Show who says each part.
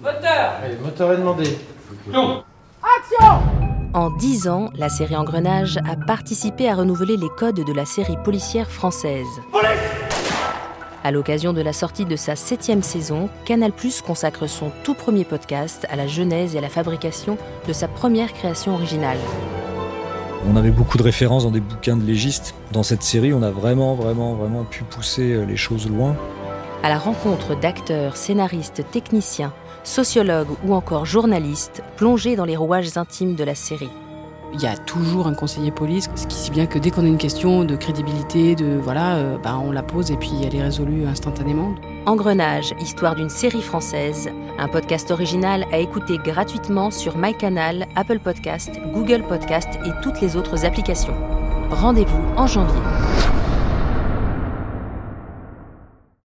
Speaker 1: Moteur
Speaker 2: Allez, moteur est demandé.
Speaker 1: Non
Speaker 3: En 10 ans, la série Engrenage a participé à renouveler les codes de la série policière française. à l'occasion de la sortie de sa septième saison, Canal+ consacre son tout premier podcast à la genèse et à la fabrication de sa première création originale.
Speaker 4: On avait beaucoup de références dans des bouquins de légistes. Dans cette série, on a vraiment, vraiment, vraiment pu pousser euh, les choses loin.
Speaker 3: À la rencontre d'acteurs, scénaristes, techniciens, sociologues ou encore journalistes plongés dans les rouages intimes de la série.
Speaker 5: Il y a toujours un conseiller police, ce qui si bien que dès qu'on a une question de crédibilité, de voilà, euh, bah, on la pose et puis elle est résolue instantanément.
Speaker 3: Engrenage, histoire d'une série française, un podcast original à écouter gratuitement sur MyCanal, Apple Podcast, Google Podcast et toutes les autres applications. Rendez-vous en janvier.